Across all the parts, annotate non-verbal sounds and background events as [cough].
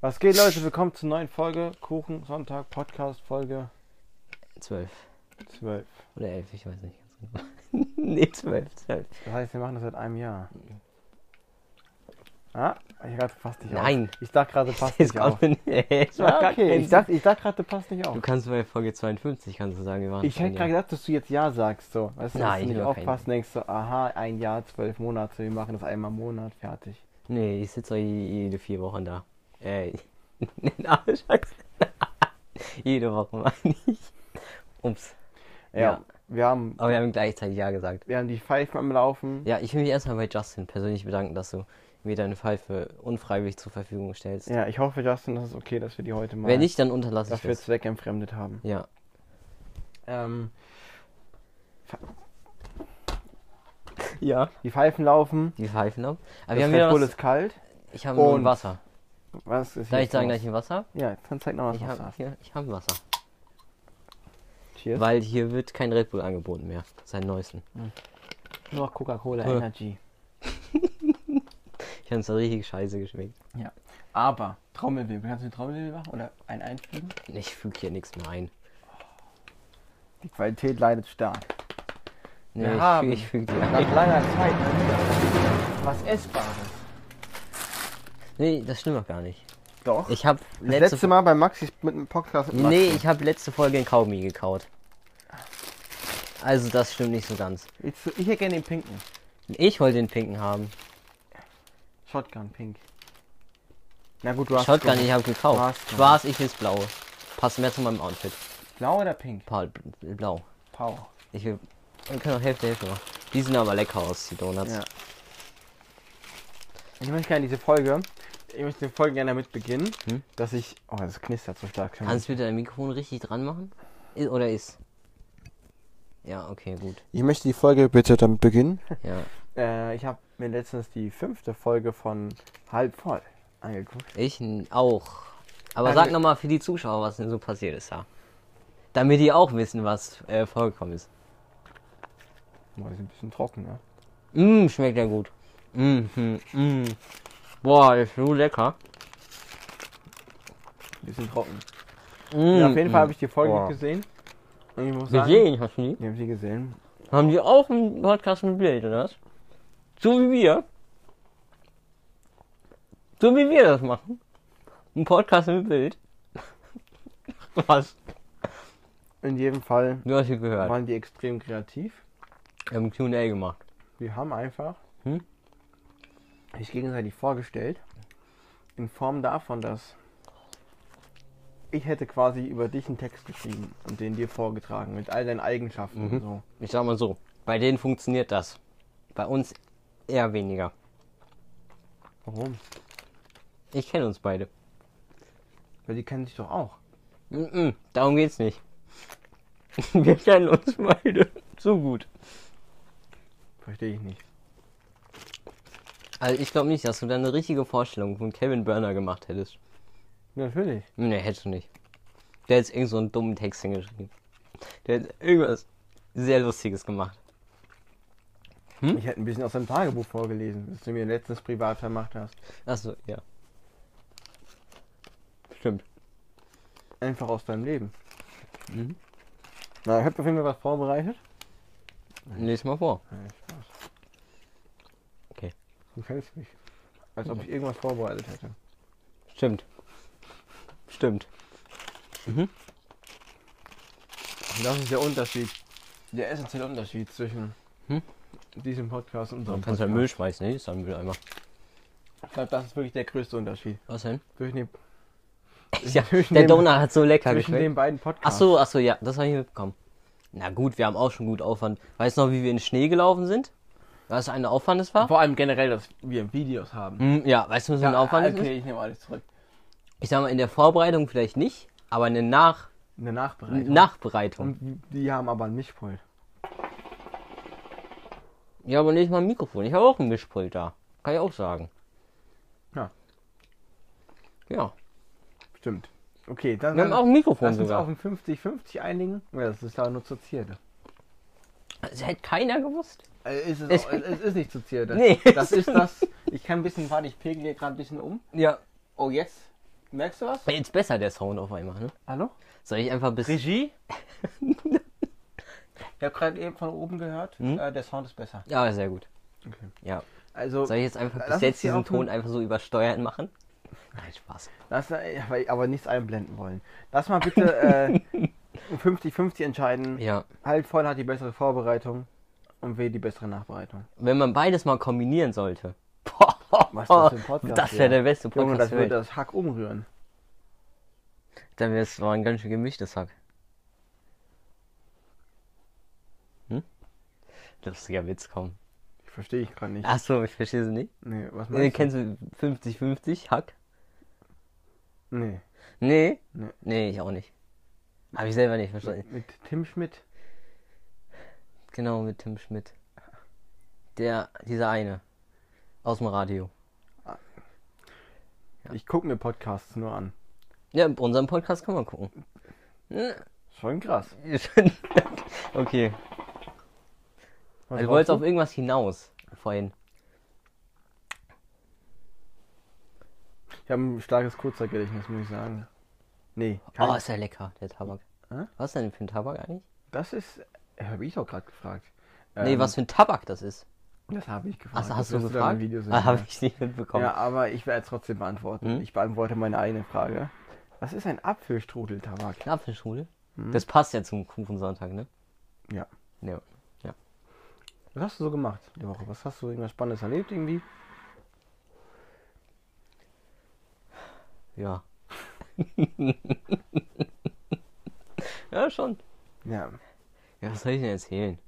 Was geht, Leute? Willkommen zur neuen Folge Kuchen Sonntag Podcast Folge Zwölf 12. oder elf, ich weiß nicht ganz genau. [laughs] nee, zwölf, zwölf. Das heißt, wir machen das seit einem Jahr. Ah, ich dachte, passt nicht auf. Nein. Ich dachte gerade, passt Jetzt nicht auf. kommt [laughs] nee, es war Ja, gar okay, kein ich dachte, ich dachte gerade, passt nicht Du auf. kannst bei Folge 52 kannst du sagen, wir waren Ich hätte gerade gedacht, dass du jetzt Ja sagst. So. Weißt du, dass Nein, du ich nicht will keinen. aufpassen, denkst du, aha, ein Jahr, zwölf Monate, wir machen das einmal im Monat, fertig. Nee, ich sitze jede vier Wochen da. Äh, [laughs] na, scheiße. [laughs] jede Woche meine ich. Ups. Ja, Ja. Wir, haben, Aber wir haben gleichzeitig Ja gesagt. wir haben die Pfeifen am Laufen. Ja, ich will mich erstmal bei Justin persönlich bedanken, dass du mir deine Pfeife unfreiwillig zur Verfügung stellst. Ja, ich hoffe, Justin, das ist okay, dass wir die heute mal Wenn nicht, dann unterlasse ich dafür das. zweckentfremdet haben. Ja. Ähm, Ja. die Pfeifen laufen. Die Pfeifen ab. Aber wir das haben wieder Red Bull was, ist kalt. ich habe nur und- ein Wasser. Was ist Darf jetzt ich sagen, los? dass ich ein Wasser? Ja, dann zeig noch was Ich du habe hast. hier, ich habe Wasser. Cheers. Weil hier wird kein Red Bull angeboten mehr. Sein neuesten. Nur noch Coca-Cola Ja. Energy. Ich habe es richtig scheiße geschmeckt. Ja. Aber Trommelwirbel. Kannst du einen Trommelwirbel machen oder einen einfügen? Ich füge hier nichts mehr ein. Die Qualität leidet stark. Nee, Wir ich, haben- fü- ich füge die Nach ein. langer Zeit mal wieder was Essbares. Nee, das stimmt doch gar nicht. Doch. Ich habe das letzte, letzte Mal bei Maxis mit einem Podcast. mit Maxi. Nee, ich habe letzte Folge in Kaugummi gekaut. Also das stimmt nicht so ganz. Willst du- ich hätte gerne den pinken. Ich wollte den pinken haben. Shotgun pink. Na gut, du hast Schaut gar gewonnen. nicht, ich habe gekauft. Schwarz, Schwarz, ich will blau. Passt mehr zu meinem Outfit. Blau oder pink? Pa- Blau. Pau. Ich will. Wir können auch Hälfte, Hälfte machen. Die sehen aber lecker aus, die Donuts. Ja. Ich möchte gerne diese Folge. Ich möchte die Folge gerne damit beginnen, Hm? dass ich. Oh, das knistert so stark. schon. Kannst du bitte dein Mikrofon richtig dran machen? I oder ist? Ja, okay, gut. Ich möchte die Folge bitte damit beginnen. Ja. [laughs] Äh, ich habe mir letztens die fünfte Folge von Halb voll angeguckt. Ich n- auch. Aber Also- sag nochmal für die Zuschauer, was denn so passiert ist, ja. Damit die auch wissen, was äh, vorgekommen ist. Boah, ist ein bisschen trocken, ne? Mmm, schmeckt ja gut. Mmm, Mhm, mm, mm. Boah, das ist so lecker. Ein bisschen trocken. Mm, Ja, auf jeden mm. Fall habe ich die Folge Boah. gesehen. Und ich muss sagen, Gesehen, hast du die? ich habe sie gesehen. Haben die auch einen Podcast mit Bild, oder was? So wie wir. So wie wir das machen. Ein Podcast mit Bild. [laughs] Was? In jedem Fall Du hast hier gehört. waren die extrem kreativ. Wir haben Q&A gemacht. Wir haben einfach Hm? sich gegenseitig vorgestellt. In Form davon, dass ich hätte quasi über dich einen Text geschrieben und den dir vorgetragen mit all deinen Eigenschaften und so. Ich sag mal so, bei denen funktioniert das. Bei uns eher weniger. Warum? Ich kenne uns beide. Weil die kennen sich doch auch. Mm-mm, darum geht's nicht. [laughs] Wir kennen uns beide so gut. Verstehe ich nicht. Also ich glaube nicht, dass du da eine richtige Vorstellung von Kevin Burner gemacht hättest. Natürlich. Nee, hättest du nicht. Der hat jetzt irgend so einen dummen Text hingeschrieben. Der hat irgendwas sehr Lustiges gemacht. Ich hätte ein bisschen aus deinem Tagebuch vorgelesen, das du mir letztens privat vermacht hast. Achso, ja. Stimmt. Einfach aus deinem Leben. Mhm. Na, ich habe auf jeden Fall was vorbereitet. Lies mal vor. Nein, Spaß. Okay. Du kennst mich. Als ob ich irgendwas vorbereitet hätte. Stimmt. Stimmt. Und Das ist der Unterschied, der essentielle Unterschied zwischen Hm? diesem Podcast und unserem Dann kannst du Podcast. ja Müll schmeißen, ne? Ist dann Mülleimer. Ich glaube, das ist wirklich der größte Unterschied. Was denn? Zwischen den, [laughs] Ja, Zwischen der dem- Donut hat so lecker zwischen den geschmeckt. beiden Podcasts. Achso, achso, ja, das habe ich mitbekommen. Na gut, wir haben auch schon gut Aufwand. Weißt du noch, wie wir in den Schnee gelaufen sind? Was eine Aufwand es war? Vor allem generell, dass wir Videos haben. Hm, ja, weißt du, was für ein Aufwand es ist? okay, ich nehme alles zurück. Ich sag mal, in der Vorbereitung vielleicht nicht, aber in der Nach Eine Also Nachbereitung. Nachbereitung. Und die haben aber einen Mischpult. Ja, aber nicht mal ein Mikrofon. Ich habe auch ein Mischpult da. Kann ich auch sagen. Ja, Ja. stimmt. Okay, dann Wir haben auch ein Mikrofon lass uns auf sogar. ein 50-50 einigen. Ja, das ist ja nur zur Zierde. Das hätte keiner gewusst. Äh, Ist es, Es- auch, es es ist nicht zur Zierde. Nee. Das ist das. Ich kann ein bisschen, warte, ich pegel hier gerade ein bisschen um. Ja. Oh, jetzt. Merkst du was? Jetzt besser der Sound auf einmal, ne? Hallo? Soll ich einfach bis. Regie? ich habe gerade eben von oben gehört, Hm? äh, der Sound ist besser. Ja, sehr gut. Okay. Ja. Also, Soll ich jetzt einfach bis Lass uns jetzt hier diesen auch einen- Ton einfach so übersteuern machen? Nein, Spaß. Lass, weil ich aber nichts einblenden wollen. Lass mal [laughs] bitte äh, 50-50 entscheiden. Ja. Halt voll hat die bessere Vorbereitung und wir die bessere Nachbereitung. Wenn man beides mal kombinieren sollte. [laughs] Boah, Was das für ein Podcast Das wäre der beste Junge, das Podcast der würde Welt. das Hack umrühren. Dann wäre es ein ganz schön gemischtes Hack. Hm? Lustiger Witz, komm. Ich verstehe ich gerade nicht. Achso, ich verstehe sie nicht. Nee, was Nee, meinst du? kennst du 50-50 Hack? Nee. Nee? Nee. Nee, ich auch nicht. Habe ich selber nicht verstanden. Mit Tim Schmidt. Genau, mit Tim Schmidt. Der, dieser eine. Aus dem Radio. Ich gucke mir Podcasts nur an. Ja, in unserem Podcast kann man gucken. [laughs] Hm, Schon krass. okay. Was Du brauchst wolltest du? auf irgendwas hinaus vorhin. Ich habe ein starkes Kurzzeitgedächtnis, muss ich sagen. Nee, kein, Oh, ist ja lecker, der Tabak. Hä? Was denn für ein Tabak eigentlich? das ist. Habe ich doch gerade gefragt. nee, Ähm, was für ein Tabak das ist. Das habe ich gefragt. Achso, hast Das du wirst dann im gefragt? Video sehen, ah, ja. habe ich nicht mitbekommen. Ja, aber ich werde es trotzdem beantworten. Ich beantworte meine eigene Frage. Was ist ein Apfelstrudeltabak? Apfelschule? Das passt ja zum Kuchensonntag, ne? Hm? Ja. Ja. ja. Was hast du so gemacht die Woche? Was hast du irgendwas Spannendes erlebt irgendwie? Ja. [laughs] ja, schon. Ja. Ja, was soll ich denn erzählen?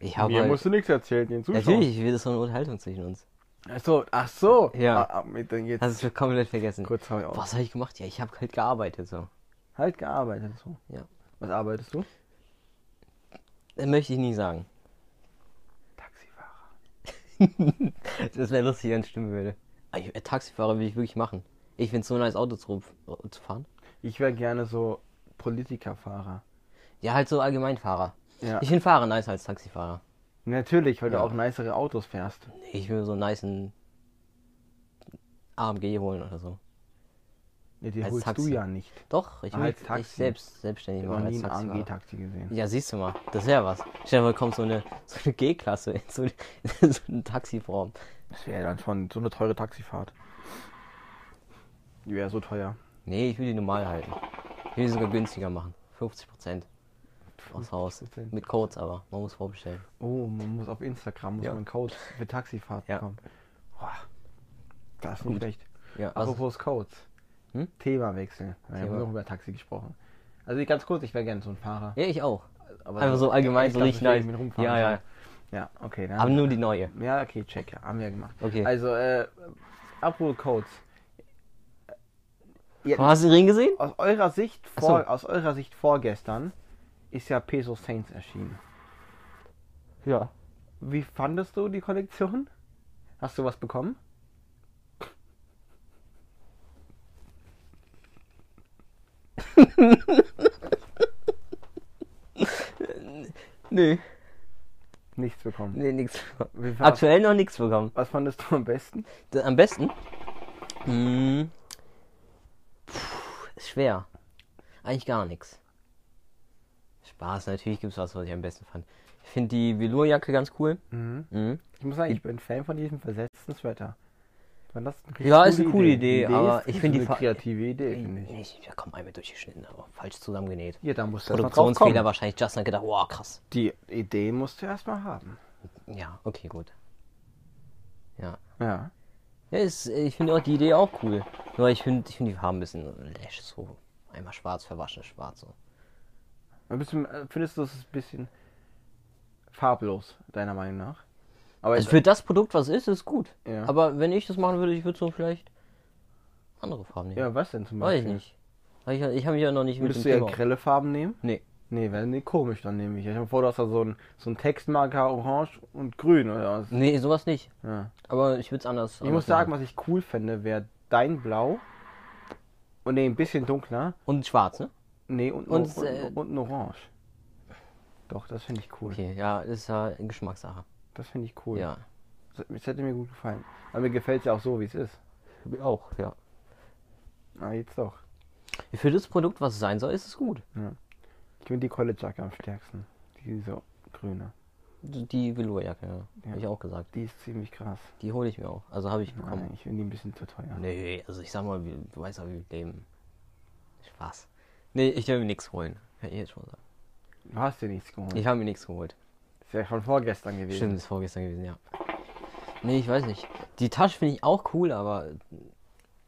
Ich habe. Mir musst Halt, du nichts erzählen, den Zuschauern. natürlich, wir- das ist so eine Unterhaltung zwischen uns. Ach so, ach so. Ja. Ah, ah, mit- dann geht's Hast du komplett vergessen. kurz hau ich auf. Was habe ich gemacht? Ja, ich habe halt gearbeitet so. Halt gearbeitet so. Ja. Was arbeitest du? Das möchte ich nie sagen. [laughs] Taxifahrer. Das wäre lustig, wenn es stimmen würde. Aber ich- Taxifahrer will ich wirklich machen. Ich finde es so nice, Auto zu, zu fahren. Ich wäre gerne so Politikerfahrer. Ja, halt so Allgemeinfahrer. Ja. Ich finde Fahrer nicer als Taxifahrer. Natürlich, weil du Ja. auch nicere Autos fährst. Nee, Ich will so einen nicen AMG holen oder so. Nee, die Als holst Taxi. du ja nicht. Doch, ich Ah, will als ich Taxi. selbst selbstständig Ich habe machen noch als nie ein Taxifahrer. AMG-Taxi gesehen. Ja, siehst du mal, das wäre was. Stell dir mal, kommt so eine, so eine G-Klasse in so, [laughs] in so eine Taxiform. Das wäre dann schon so eine teure Taxifahrt. Die wäre so teuer. Nee, ich will die normal halten. Ich will die sogar günstiger machen. 50 Prozent. Aus Haus. 50%. Mit Codes aber. Man muss vorbestellen. Oh, man muss auf Instagram muss Ja. man Codes für Taxifahrten Ja. bekommen. Boah, das ist nicht schlecht. Ja, was- Apropos Codes. Also Hm? Themawechsel. Wir haben Thema. noch über Taxi gesprochen. Also ganz kurz, ich wäre gerne so ein Fahrer. ja ich auch. Aber Einfach so allgemein, ich so glaub, richtig dass wir nice. irgendwie rumfahren Ja, ja. können. Ja, okay. Dann Aber nur die neue. ja, okay, check. Ja, haben wir gemacht. Okay. Also, äh, apropos Codes. Ihr- Hast du den Ring gesehen? aus eurer Sicht Ach so. vor, aus eurer Sicht vorgestern ist ja Peso Saints erschienen. Ja. Wie fandest du die Kollektion? Hast du was bekommen? Nö. Nichts bekommen. Nee, nix. Wie war's? Aktuell noch nichts bekommen. Was fandest du am besten? D- Am besten? Hm. Puh, ist schwer. Eigentlich gar nichts. Spaß, natürlich gibt's was, was ich am besten fand. Ich finde die Velourjacke ganz cool. Mhm. Ich muss sagen, ich bin Fan von diesem versetzten Sweater. Ich fand das richtig Ja, ist eine coole Idee, aber ist ich finde so eine die Fa- kreative Idee, finde ich. Ich, da kommt einmal durchgeschnitten, aber falsch zusammengenäht. Ja, da musst du erst mal drauf Produktionsfehler kommen. wahrscheinlich. Justin hat gedacht, wow, krass. Die Idee musst du erstmal haben. Ja, okay, gut. Ja. Ja. ja ist, ich finde auch die Idee auch cool. Nur ich finde ich find die Farben ein bisschen äh, läsch, so. Einmal schwarz, verwaschen, schwarz. So. Ein bisschen, äh, findest du es ist ein bisschen farblos, deiner Meinung nach? Aber Also es für das Produkt, was ist, ist gut. Ja. Aber wenn ich das machen würde, ich würde so vielleicht andere Farben nehmen. ja, was denn zum Weiß Beispiel? ich nicht. Hab Ich, ich habe mich ja noch nicht Würdest du mit eher dem Thema. grelle Farben nehmen? nee. Nee, wäre nee, komisch dann nehme ich. Ich habe vor, dass da so ein, so ein Textmarker orange und grün oder was. nee, sowas nicht. Ja. Aber ich würde es anders. Ich muss sagen, was ich cool fände, wäre dein Blau und nee, ein bisschen dunkler. Und schwarz, ne? Nee, und, Und, und, äh, und, ein orange. Doch, das finde ich cool. Okay, ja, ist ja Geschmackssache. Das finde ich cool. Ja. Das, das hätte mir gut gefallen. Aber mir gefällt es ja auch so, wie es ist. Mir auch, ja. Ah, jetzt doch. Für das Produkt, was es sein soll, ist es gut. Ich finde die College Jacke am stärksten. Diese grüne. Die Velourjacke, ja. Ja. Habe ich auch gesagt. Die ist ziemlich krass. Die hole ich mir auch. Also habe ich bekommen. Nein, ich finde die ein bisschen zu teuer. Nee, also ich sag mal, wie- du weißt ja, wie wir leben. Spaß. Nee, ich will mir nichts holen. Kann ich jetzt schon sagen. Du hast dir nichts geholt. Ich habe mir nichts geholt. ist ja schon vorgestern gewesen. Stimmt, ist vorgestern gewesen, ja. Nee, ich weiß nicht. Die Tasche finde ich auch cool, aber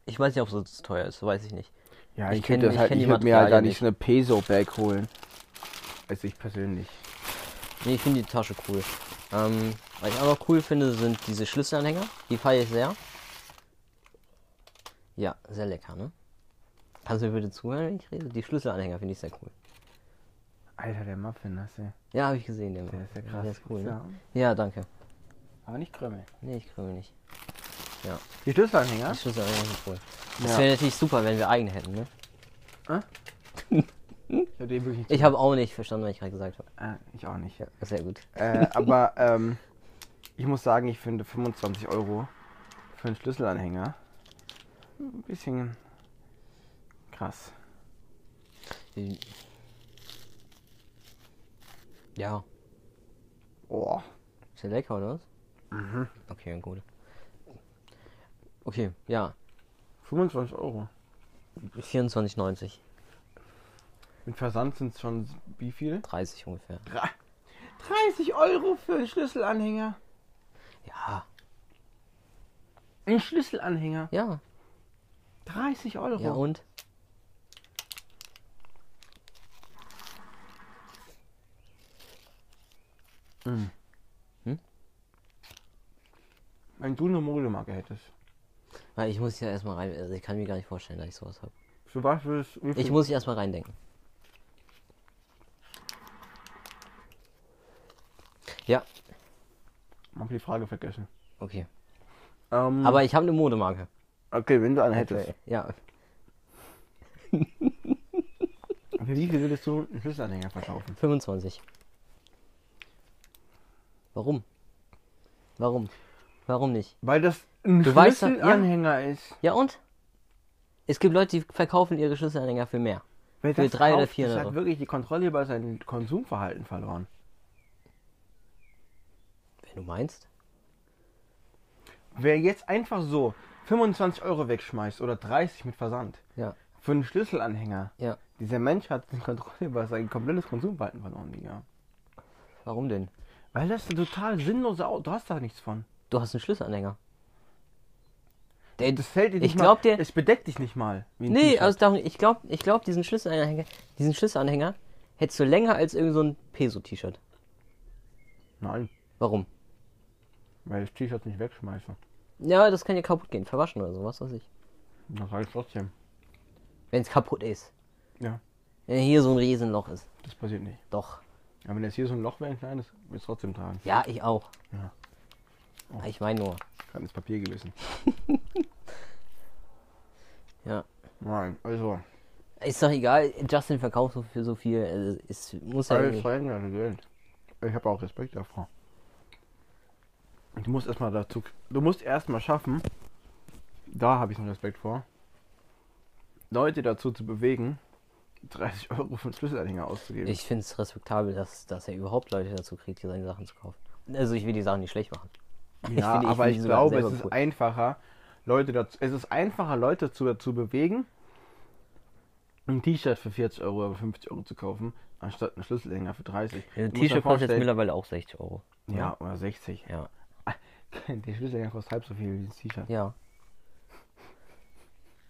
ich weiß nicht, ob sie zu teuer ist. Weiß ich nicht. Ja, Ich ich, kenn- würde ich das halt, kenn ich die würde mir halt da Materialien nicht so eine Peso-Bag holen. Also ich persönlich. Nee, ich finde die Tasche cool. Ähm, was ich auch noch cool finde, sind diese Schlüsselanhänger. Die feiere ich sehr. Ja, sehr lecker, ne? Kannst du mir bitte zuhören, wenn ich rede? Die Schlüsselanhänger finde ich sehr cool. Alter, der Muffin, hast du. Ja, habe ich gesehen, den. Der ist ja krass. Der ist cool, ne? Ja. Ja, danke. Aber nicht Krümmel. Nee, ich kriege nicht. Die Schlüsselanhänger? Die Schlüsselanhänger sind cool. Das Ja. wäre natürlich super, wenn wir eigene hätten, ne? Ich hab den wirklich nicht. Ich habe auch nicht verstanden, was ich gerade gesagt habe. Äh, ich auch nicht. Ja, sehr gut. äh, aber ähm, ich muss sagen, ich finde 25 Euro für einen Schlüsselanhänger ein bisschen krass. Hm. Ja, Oh. ist ja lecker, oder was? Mhm. Okay, gut. Okay, ja. 25 Euro. 24,90. Mit Versand sind es schon wie viel? 30 ungefähr. 30 Euro für einen Schlüsselanhänger. Ja, Ein Schlüsselanhänger. ja. 30 Euro. Ja und? Wenn du eine Modemarke hättest. Weil ich muss ja erstmal rein. Also ich kann mir gar nicht vorstellen, dass ich sowas habe. Für was würdest du. wie Ich viel- muss erstmal reindenken. Ja, Hab die Frage vergessen. okay. Ähm, Aber ich habe eine Modemarke. okay, wenn du eine hättest. Ja, Für wie viel würdest du einen Schlüsselanhänger verkaufen? 25. Warum? Warum? Warum nicht? Weil das ein Du weißt doch- ja. Schlüsselanhänger ist. Ja und? Es gibt Leute, die verkaufen ihre Schlüsselanhänger für mehr. Wer Für das drei oder kauft, vier das Euro. hat wirklich die Kontrolle über sein Konsumverhalten verloren. Wenn du meinst. Wer jetzt einfach so 25 Euro wegschmeißt oder 30 mit Versand Ja, für einen Schlüsselanhänger, ja. dieser Mensch hat die Kontrolle über sein komplettes Konsumverhalten verloren, Digga. Warum denn? Weil das ist eine total sinnlose Au Du hast da nichts von. Du hast einen Schlüsselanhänger. Der, Das fällt dir nicht ich mal- glaub dir- Es bedeckt dich nicht mal. wie ein nee, T-Shirt. also darum, ich glaube, ich glaub, diesen Schlüsselanhänger, diesen Schlüsselanhänger hättest du länger als irgend so ein Peso-T-Shirt. Nein, Warum? weil ich T-Shirts nicht wegschmeiße. Ja, das kann ja kaputt gehen, verwaschen oder so, was weiß ich. Das sage ich trotzdem. Wenn es kaputt ist. Ja, Wenn hier so ein Riesenloch ist. das passiert nicht. Doch. Aber wenn jetzt hier so ein Loch wäre, ein kleines, würde ich es trotzdem tragen. Ja, ich auch. Ja. Ich meine nur. Gerade ins Papier gebissen. [laughs] Ja. Nein, also, Ist doch egal, Justin verkauft so für so viel. Also, es muss ja alles irgendwie. verändert die Welt. Ich habe auch Respekt davor. Du musst erstmal dazu, du musst erstmal schaffen, da habe ich einen Respekt vor, Leute dazu zu bewegen, 30 Euro für einen Schlüsselanhänger auszugeben. Ich finde es respektabel, dass, dass er überhaupt Leute dazu kriegt, hier seine Sachen zu kaufen. Also ich will die Sachen nicht schlecht machen. Ja, finde- ich aber finde ich, die sogar glaube, selber es ist cool. einfacher, Leute dazu, es ist einfacher, Leute dazu, dazu bewegen, ein T-Shirt für 40 Euro oder 50 Euro zu kaufen, anstatt einen Schlüsselhänger für 30. Du Ein musst dir T-Shirt kostet jetzt vorstellen- mittlerweile auch 60 Euro. Ja, oder 60. Ja. [laughs] Der Schlüsselhänger kostet halb so viel wie das T-Shirt. Ja.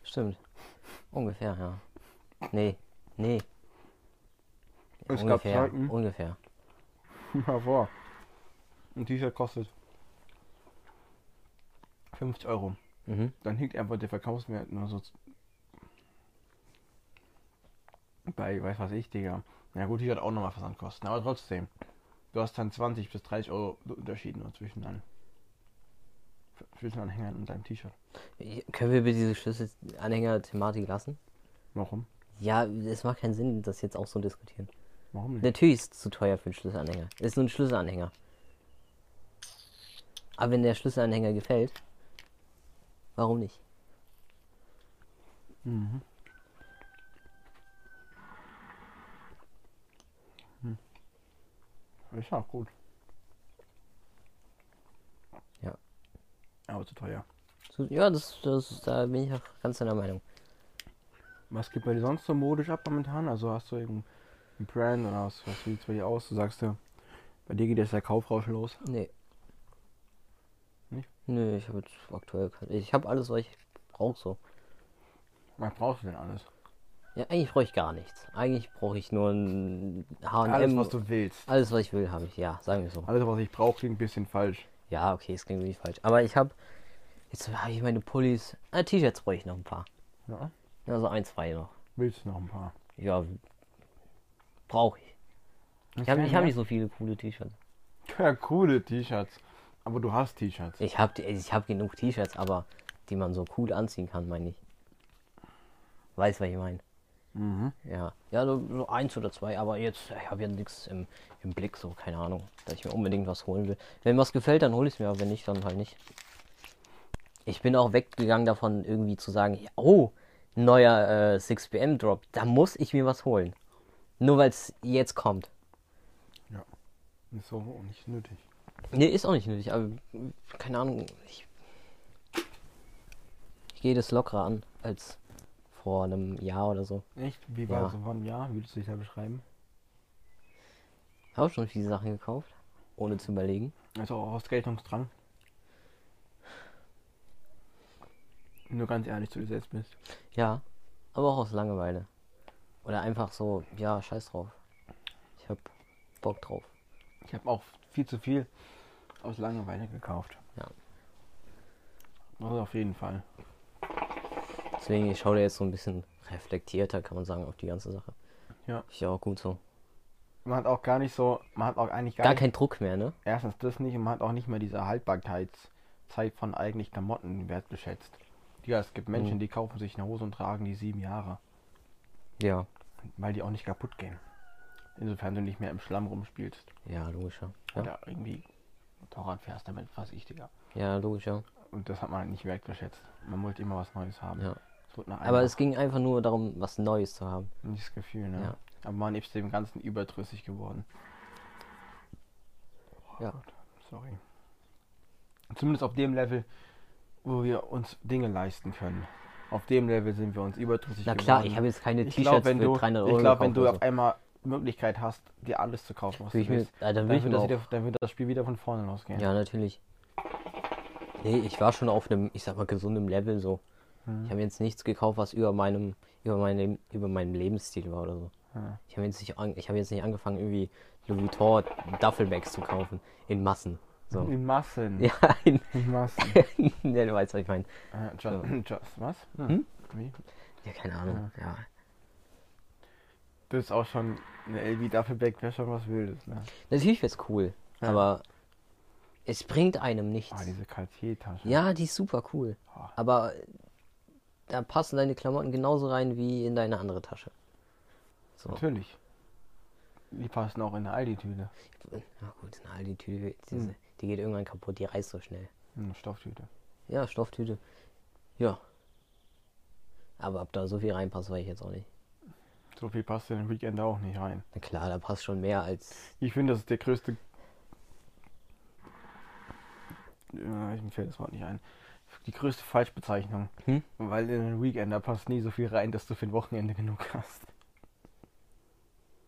Stimmt. Ungefähr, ja. Nee. Nee. es gab ungefähr. Zeiten, [laughs] Ungefähr. mal vor, ein T-Shirt kostet 50 Euro. Mhm. Dann hinkt einfach der Verkaufswert nur so z- bei, weiß was ich, Digga. Na gut, T-Shirt auch nochmal Versandkosten, aber trotzdem. Du hast dann 20 bis 30 Euro Unterschied nur zwischen deinen zwischen Anhängern und deinem T-Shirt. Ich- Können wir bitte diese Schlüsselanhänger-Thematik lassen? Warum? Ja, es macht keinen Sinn, das jetzt auch so diskutieren. Warum nicht? Natürlich ist es zu teuer für einen Schlüsselanhänger. Ist nur ein Schlüsselanhänger. Aber wenn der Schlüsselanhänger gefällt, warum nicht? Ist auch gut. Ja. Aber zu teuer. So, ja, das, das, da bin ich auch ganz deiner Meinung. Was geht bei dir sonst so modisch ab momentan? Also hast du irgendein Brand oder was, was sieht es bei dir aus? Du sagst ja, bei dir geht jetzt der Kaufrausch los. Nee. Nicht? Nö, ich habe jetzt aktuell kein- Ich habe alles, was ich brauche so. Was brauchst du denn alles? Ja, eigentlich brauche ich gar nichts. Eigentlich brauche ich nur ein H&M. Alles, was du willst. Alles, was ich will, habe ich. Ja, sagen wir so. Alles, was ich brauche, klingt ein bisschen falsch. Ja, okay, es klingt wirklich falsch. Aber ich habe... Jetzt habe ich meine Pullis... Ah, T-Shirts brauche ich noch ein paar. Ja. Ja, so ein, zwei noch. Willst du noch ein paar? Ja, brauche ich. Ich habe ich hab nicht so viele coole T-Shirts. Ja, coole T-Shirts. Aber du hast T-Shirts. Ich habe ich hab genug T-Shirts, aber die man so cool anziehen kann, meine ich. Weißt, was ich meine? Mhm. Ja, ja so, so eins oder zwei, aber jetzt, ich habe ja nichts im, im Blick, so keine Ahnung, dass ich mir unbedingt was holen will. Wenn mir was gefällt, dann hole ich es mir, aber wenn nicht, dann halt nicht. Ich bin auch weggegangen davon, irgendwie zu sagen, ja, oh, neuer äh, 6PM-Drop, da muss ich mir was holen. Nur weil es jetzt kommt. Ja. Ist so auch nicht nötig. Nee, ist auch nicht nötig, aber mm, keine Ahnung. Ich, ich gehe das lockerer an als vor einem Jahr oder so. Echt? Wie war Ja. so wann Jahr? Würdest du dich da beschreiben? Habe schon viele Sachen gekauft, ohne zu überlegen. Also auch aus Geltungsdrang. Wenn du ganz ehrlich zu dir selbst bist. Ja, aber auch aus Langeweile. Oder einfach so, ja, scheiß drauf. Ich hab Bock drauf. Ich habe auch viel zu viel aus Langeweile gekauft. Ja. Also auf jeden Fall. Deswegen, ich schaue da jetzt so ein bisschen reflektierter, kann man sagen, auf die ganze Sache. Ja. Ist ja auch gut so. Man hat auch gar nicht so, man hat auch eigentlich gar, Gar nicht, kein Druck mehr, ne? erstens das nicht und man hat auch nicht mehr diese Haltbarkeitszeit von eigentlich Klamotten wertgeschätzt. Ja, es gibt Mhm. Menschen, die kaufen sich eine Hose und tragen die sieben Jahre, Ja. weil die auch nicht kaputt gehen. Insofern du nicht mehr im Schlamm rumspielst Ja, logischer. Ja, oder irgendwie Torrad fährst damit, was ich, Digga. ja logischer. Und das hat man halt nicht wertgeschätzt. Man wollte immer was Neues haben. Ja. Es wurde nach Aber einem es ging einfach nur darum, was Neues zu haben. Nicht das Gefühl, ne? Ja. Aber man ist dem Ganzen überdrüssig geworden. Oh Ja. Gott, sorry. Zumindest auf dem Level, wo wir uns Dinge leisten können. Auf dem Level sind wir uns überdrüssig Na geworden. klar, ich habe jetzt keine Ich glaub, T-Shirts wenn für du, 300 Euro. ich glaub, wenn gekauft du oder auf einmal Möglichkeit hast, dir alles zu kaufen, was Will ich du mir- willst, Ah, dann will ich wird mir das auch- wieder, dann wird das Spiel wieder von vorne losgehen. so. Ja, natürlich. Nee, ich war schon auf einem, ich sag mal, gesunden Level so. Mhm. Ich habe jetzt nichts gekauft, was über meinem, über meinem, über meinem Lebensstil war oder so. Ja. Ich habe jetzt nicht, an, ich habe jetzt nicht angefangen, irgendwie Louis Vuitton Duffelbags zu kaufen in Massen. So. In Massen. [laughs] Ja, in, In Massen. ja, du weißt, was ich meine. [laughs] äh, just, [clears throat] just, was? Hm. Wie? Ja, keine Ahnung. Ja. Das ist auch schon ne, eine LV Duffelback, wäre schon was Wildes, ne? Natürlich wäre es cool, Ja. aber es bringt einem nichts. Ah, diese Cartier-Tasche. Ja, die ist super cool. Oh. Aber äh, da passen deine Klamotten genauso rein wie in deine andere Tasche. So. Natürlich. Die passen auch in eine Aldi-Tüte. Ja gut, eine Aldi-Tüte, diese- Hm. die geht irgendwann kaputt, die reißt so schnell. Eine Stofftüte. Ja, Stofftüte. Ja. Aber ob da so viel reinpasst, weiß ich jetzt auch nicht. So viel passt in den Weekend auch nicht rein. Na klar, da passt schon mehr als. Ich finde, das ist der größte. Ja, ich mir fällt das Wort nicht ein. Die größte Falschbezeichnung. Hm? Weil in den Weekend, da passt nie so viel rein, dass du für ein Wochenende genug hast.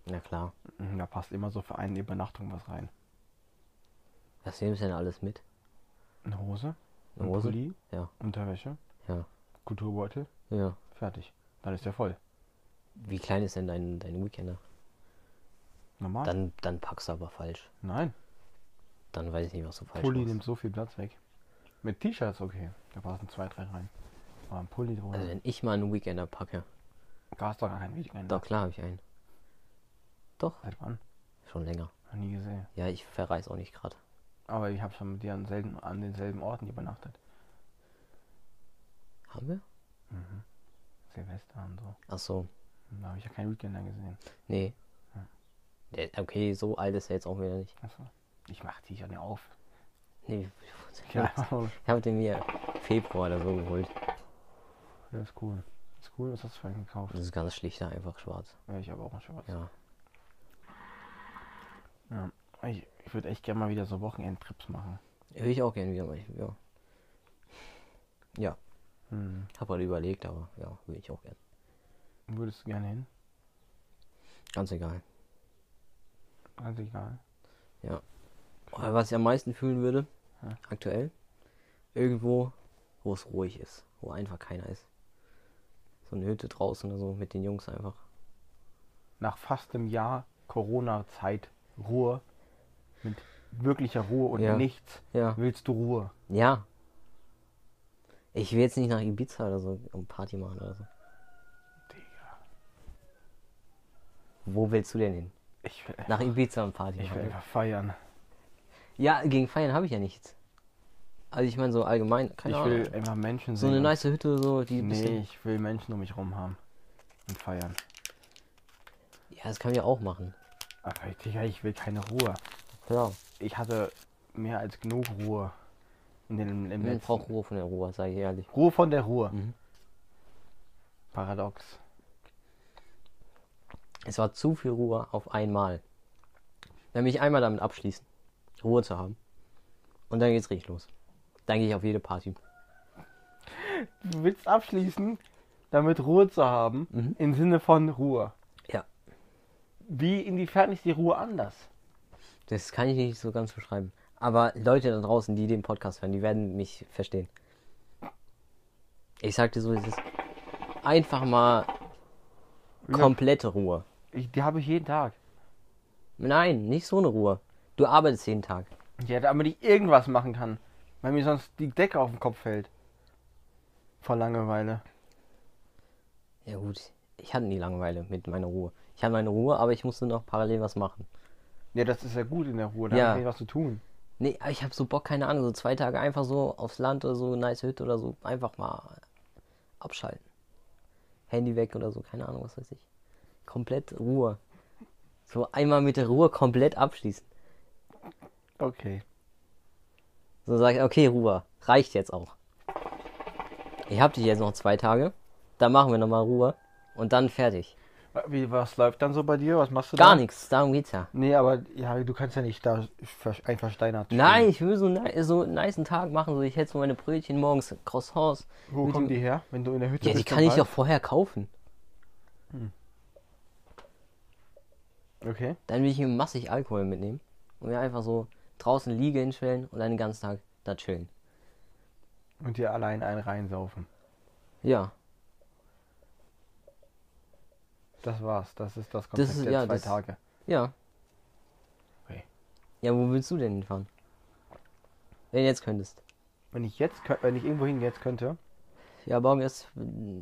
Na klar. Mhm, Da passt immer so für eine Übernachtung was rein. Was nehmen sie denn alles mit? Eine Hose, Eine ein Hose? Pulli, Ja, Unterwäsche, ja, Kulturbeutel, ja. fertig. Dann ist der voll. Wie klein ist denn dein, dein Weekender? Normal? Dann, dann packst du aber falsch. Nein. Dann weiß ich nicht, was du falsch Pulli machst. nimmt so viel Platz weg. Mit T-Shirts okay. Da passen zwei, drei rein. Aber ein Pulli drunter. Also wenn ich mal einen Weekender packe, Da hast du doch gar kein Weekend. doch klar habe ich einen. Doch, Seit wann? schon länger. Noch nie gesehen. Ja, ich verreise auch nicht gerade. Aber ich habe schon mit dir an, selben, an denselben Orten übernachtet. Haben wir? Silvester und so. Ach so, Und Da habe ich ja keinen Weekender gesehen. nee. Der- Okay, so alt ist er jetzt auch wieder nicht. Achso. Ich mache die ja nicht auf. [laughs] Nee, Ja, das ich habe den mir Februar oder so geholt. ist cool. Ist cool, was hast du für einen gekauft? Das ist ganz schlichter, einfach schwarz. Ja, ich habe auch einen schwarz. Ja. Ja. Ich, ich würde echt gerne mal wieder so Wochenendtrips machen. Würde ich auch gerne wieder mal. Ja. Ja, Hm. hab halt überlegt, aber ja, würde ich auch gerne. Würdest du gerne hin? Ganz egal. Ganz egal. Aber was ich am meisten fühlen würde, Ja. aktuell, irgendwo, wo es ruhig ist, wo einfach keiner ist. So eine Hütte draußen oder so mit den Jungs einfach. Nach fast einem Jahr Corona-Zeit Ruhe, mit wirklicher Ruhe und Ja. nichts, Ja. willst du Ruhe. Ja. Ich will jetzt nicht nach Ibiza oder so um Party machen oder so. Digga. Wo willst du denn hin? Ich will, Nach Ibiza und Party ich machen. will oder? einfach feiern. Ja, gegen Feiern habe ich ja nichts. Also ich meine so allgemein, keine ich Ahnung. will einfach Menschen so sehen. eine und- nice Hütte so, die ein Nee, bisschen. ich will Menschen um mich rum haben und feiern. Ja, das kann man ja auch machen. Aber Digga, ich will keine Ruhe. Ja. Ich hatte mehr als genug Ruhe. In den, im Man letzten. braucht Ruhe von der Ruhe, sage ich ehrlich. Ruhe von der Ruhe. Mhm. Paradox. Es war zu viel Ruhe auf einmal. Wenn mich einmal damit abschließen, Ruhe zu haben. Und dann geht's richtig los. Dann gehe ich auf jede Party. Du willst abschließen, damit Ruhe zu haben, Mhm. im Sinne von Ruhe. Ja. Wie inwiefern ist die Ruhe anders? Das kann ich nicht so ganz beschreiben. Aber Leute da draußen, die den Podcast hören, die werden mich verstehen. Ich sag dir so, es ist einfach mal komplette Ruhe. Ich, die habe ich jeden Tag. Nein, nicht so eine Ruhe. Du arbeitest jeden Tag. Ja, damit ich irgendwas machen kann. Weil mir sonst die Decke auf den Kopf fällt. Vor Langeweile. Ja gut, ich hatte nie Langeweile mit meiner Ruhe. Ich hatte meine Ruhe, aber ich musste noch parallel was machen. Ja, das ist ja gut in der Ruhe. Da Ja. habe ich was zu tun. Nee, aber ich habe so Bock, keine Ahnung, so zwei Tage einfach so aufs Land oder so, nice Hütte oder so, einfach mal abschalten. Handy weg oder so, keine Ahnung, was weiß ich. Komplett Ruhe. So einmal mit der Ruhe komplett abschließen. Okay. So sag ich, okay, Ruhe, reicht jetzt auch. Ich hab dich jetzt noch zwei Tage, dann machen wir nochmal Ruhe und dann fertig. Wie, was läuft dann so bei dir? Was machst du da? Gar nichts, darum geht's ja. Nee, aber ja, du kannst ja nicht da ver- einfach steinert. stehen. Nein, ich will so, ni- so einen niceen Tag machen, so ich hätte so meine Brötchen morgens, Croissants. Wo mit kommen dem- die her, wenn du in der Hütte Ja, die bist? kann ich doch vorher kaufen. doch. Okay. Dann will ich mir massig Alkohol mitnehmen und mir einfach so draußen Liege hinstellen und dann den ganzen Tag da chillen. Und dir allein einen reinsaufen. Ja, Das war's. Das ist das Konzept ist- der ja, zwei das- Tage. ja. Okay. Ja, wo willst du denn hinfahren? Wenn du jetzt könntest. Wenn ich jetzt, kö- wenn ich irgendwo hingehen jetzt könnte, Ja, morgen ist. mm,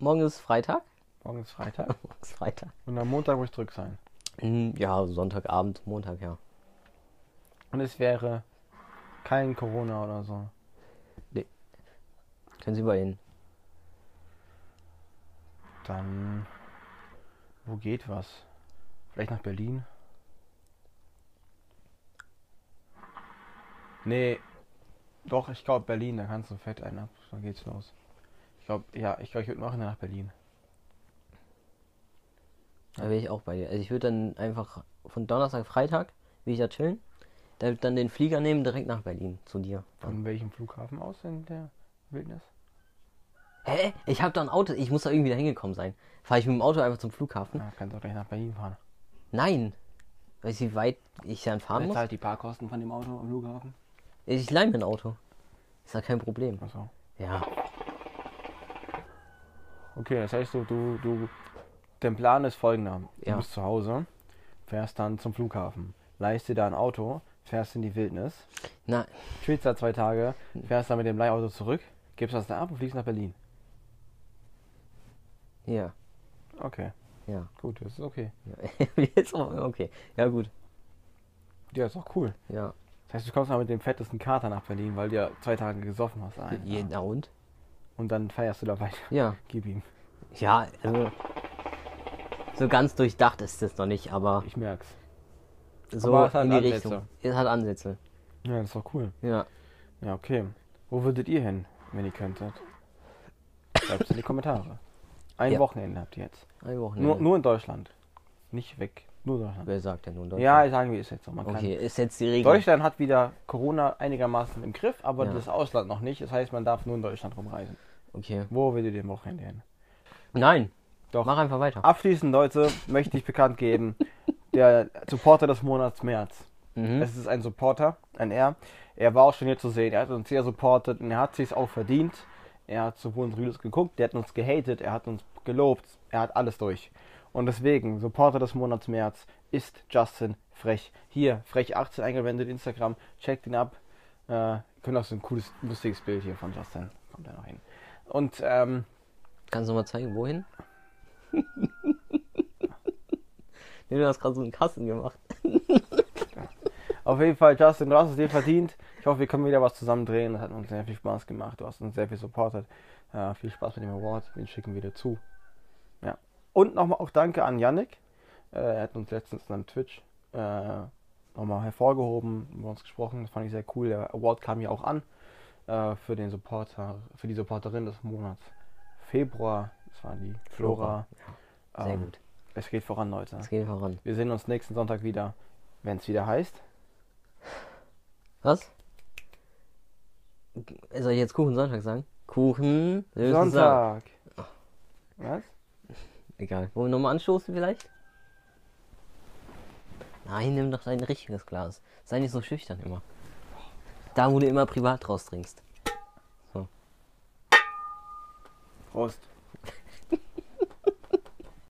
Morgen ist Freitag. [laughs] morgen ist Freitag Morgen ist Freitag. und am Montag muss ich zurück sein. Mm, Ja, Sonntagabend, Montag, ja. Und es wäre kein Corona oder so. Können Sie überall hin. Dann wo geht was? Vielleicht nach Berlin? Nee. Doch, ich glaube Berlin, da kannst du fett ein ab. Dann geht's los. Ich glaube, ja, ich glaube, ich würde machen nach Berlin. Da wäre ich auch bei dir. Also ich würde dann einfach von Donnerstag, Freitag, will ich da chillen. Da dann den Flieger nehmen, direkt nach Berlin, zu dir. Von welchem Flughafen aus in der Wildnis? Hä? Ich habe da ein Auto, ich muss da irgendwie da hingekommen sein. Fahre ich mit dem Auto einfach zum Flughafen? Ja, kannst auch gleich nach Berlin fahren. Nein. Weißt du, wie weit ich dann fahren muss? halt die Parkkosten von dem Auto am Flughafen? Ich leih mir ein Auto. Ist ja kein Problem. Achso. Ja. Okay, das heißt, du, du, du, dein Plan ist folgender. Du Ja. bist zu Hause, fährst dann zum Flughafen, leihst dir da ein Auto, fährst in die Wildnis, Na, chillst da zwei Tage, Hm. fährst dann mit dem Leihauto zurück, gibst das da ab und fliegst nach Berlin. ja. Okay, Ja. gut, das ist okay. [laughs] Jetzt auch, okay. Ja, gut. Ja, ist auch cool. Ja. Das heißt, du kommst mal mit dem fettesten Kater nach Berlin, weil du ja zwei Tage gesoffen hast. Einen, Je- Na und? Und dann feierst du da weiter. Ja. Gib ihm. Ja, also. So ganz durchdacht ist das noch nicht, aber Ich merk's. so aber es hat in die Ansätze. Richtung. Es hat Ansätze. Ja, das ist doch cool. Ja. Ja, okay. Wo würdet ihr hin, wenn ihr könntet? Schreibt es in die Kommentare. Ein Ja. Wochenende habt ihr jetzt. Ein Wochenende. Nur, nur in Deutschland. Nicht weg. Nur Deutschland. ne? Wer sagt denn nun Ja, sagen wir es jetzt so. Man Okay, ist jetzt die Regel. kann. Deutschland hat wieder Corona einigermaßen im Griff, aber Ja. das Ausland noch nicht. Das heißt, man darf nur in Deutschland rumreisen. Okay. Wo will ihr den Wochenende hin? Nein. Doch. Mach einfach weiter. Abschließend, Leute, möchte ich bekannt geben, der Supporter des Monats März. Mhm. Es ist ein Supporter, ein R. Er war auch schon hier zu sehen. Er hat uns sehr supportet und er hat sich's auch verdient. Er hat sowohl uns Reels geguckt, der hat uns gehatet, er hat uns gelobt, er hat alles durch. Und deswegen, Supporter des Monats März ist Justin Frech. Hier, Frech18 eingewendet, Instagram, checkt ihn ab. Äh, könnt auch so ein cooles, lustiges Bild hier von Justin. Kommt da noch hin. Und ähm, Kannst du mal zeigen, wohin? [laughs] nee, du hast gerade so einen Kasten gemacht. Auf jeden Fall, Justin, du hast es dir verdient. Ich hoffe, wir können wieder was zusammen drehen. Das hat uns sehr viel Spaß gemacht. Du hast uns sehr viel supportet. Ja, viel Spaß mit dem Award. Den schicken wir dir zu. Ja. Und nochmal auch danke an Yannick. Äh, er hat uns letztens in einem Twitch äh, nochmal hervorgehoben, über uns gesprochen. Das fand ich sehr cool. Der Award kam ja auch an äh, für den Supporter, für die Supporterin des Monats Februar. Das war die Flora. Sehr Ähm, gut. Es geht voran, Leute. Es geht voran. Wir sehen uns nächsten Sonntag wieder, wenn es wieder heißt. Was? G- Soll ich jetzt Kuchen Sonntag sagen? Kuchen Sonntag. Ah. Was? Egal. Wollen wir nochmal anstoßen vielleicht? Nein, nimm doch dein richtiges Glas. Sei nicht so schüchtern immer. Da, wo du immer privat draus trinkst. Prost.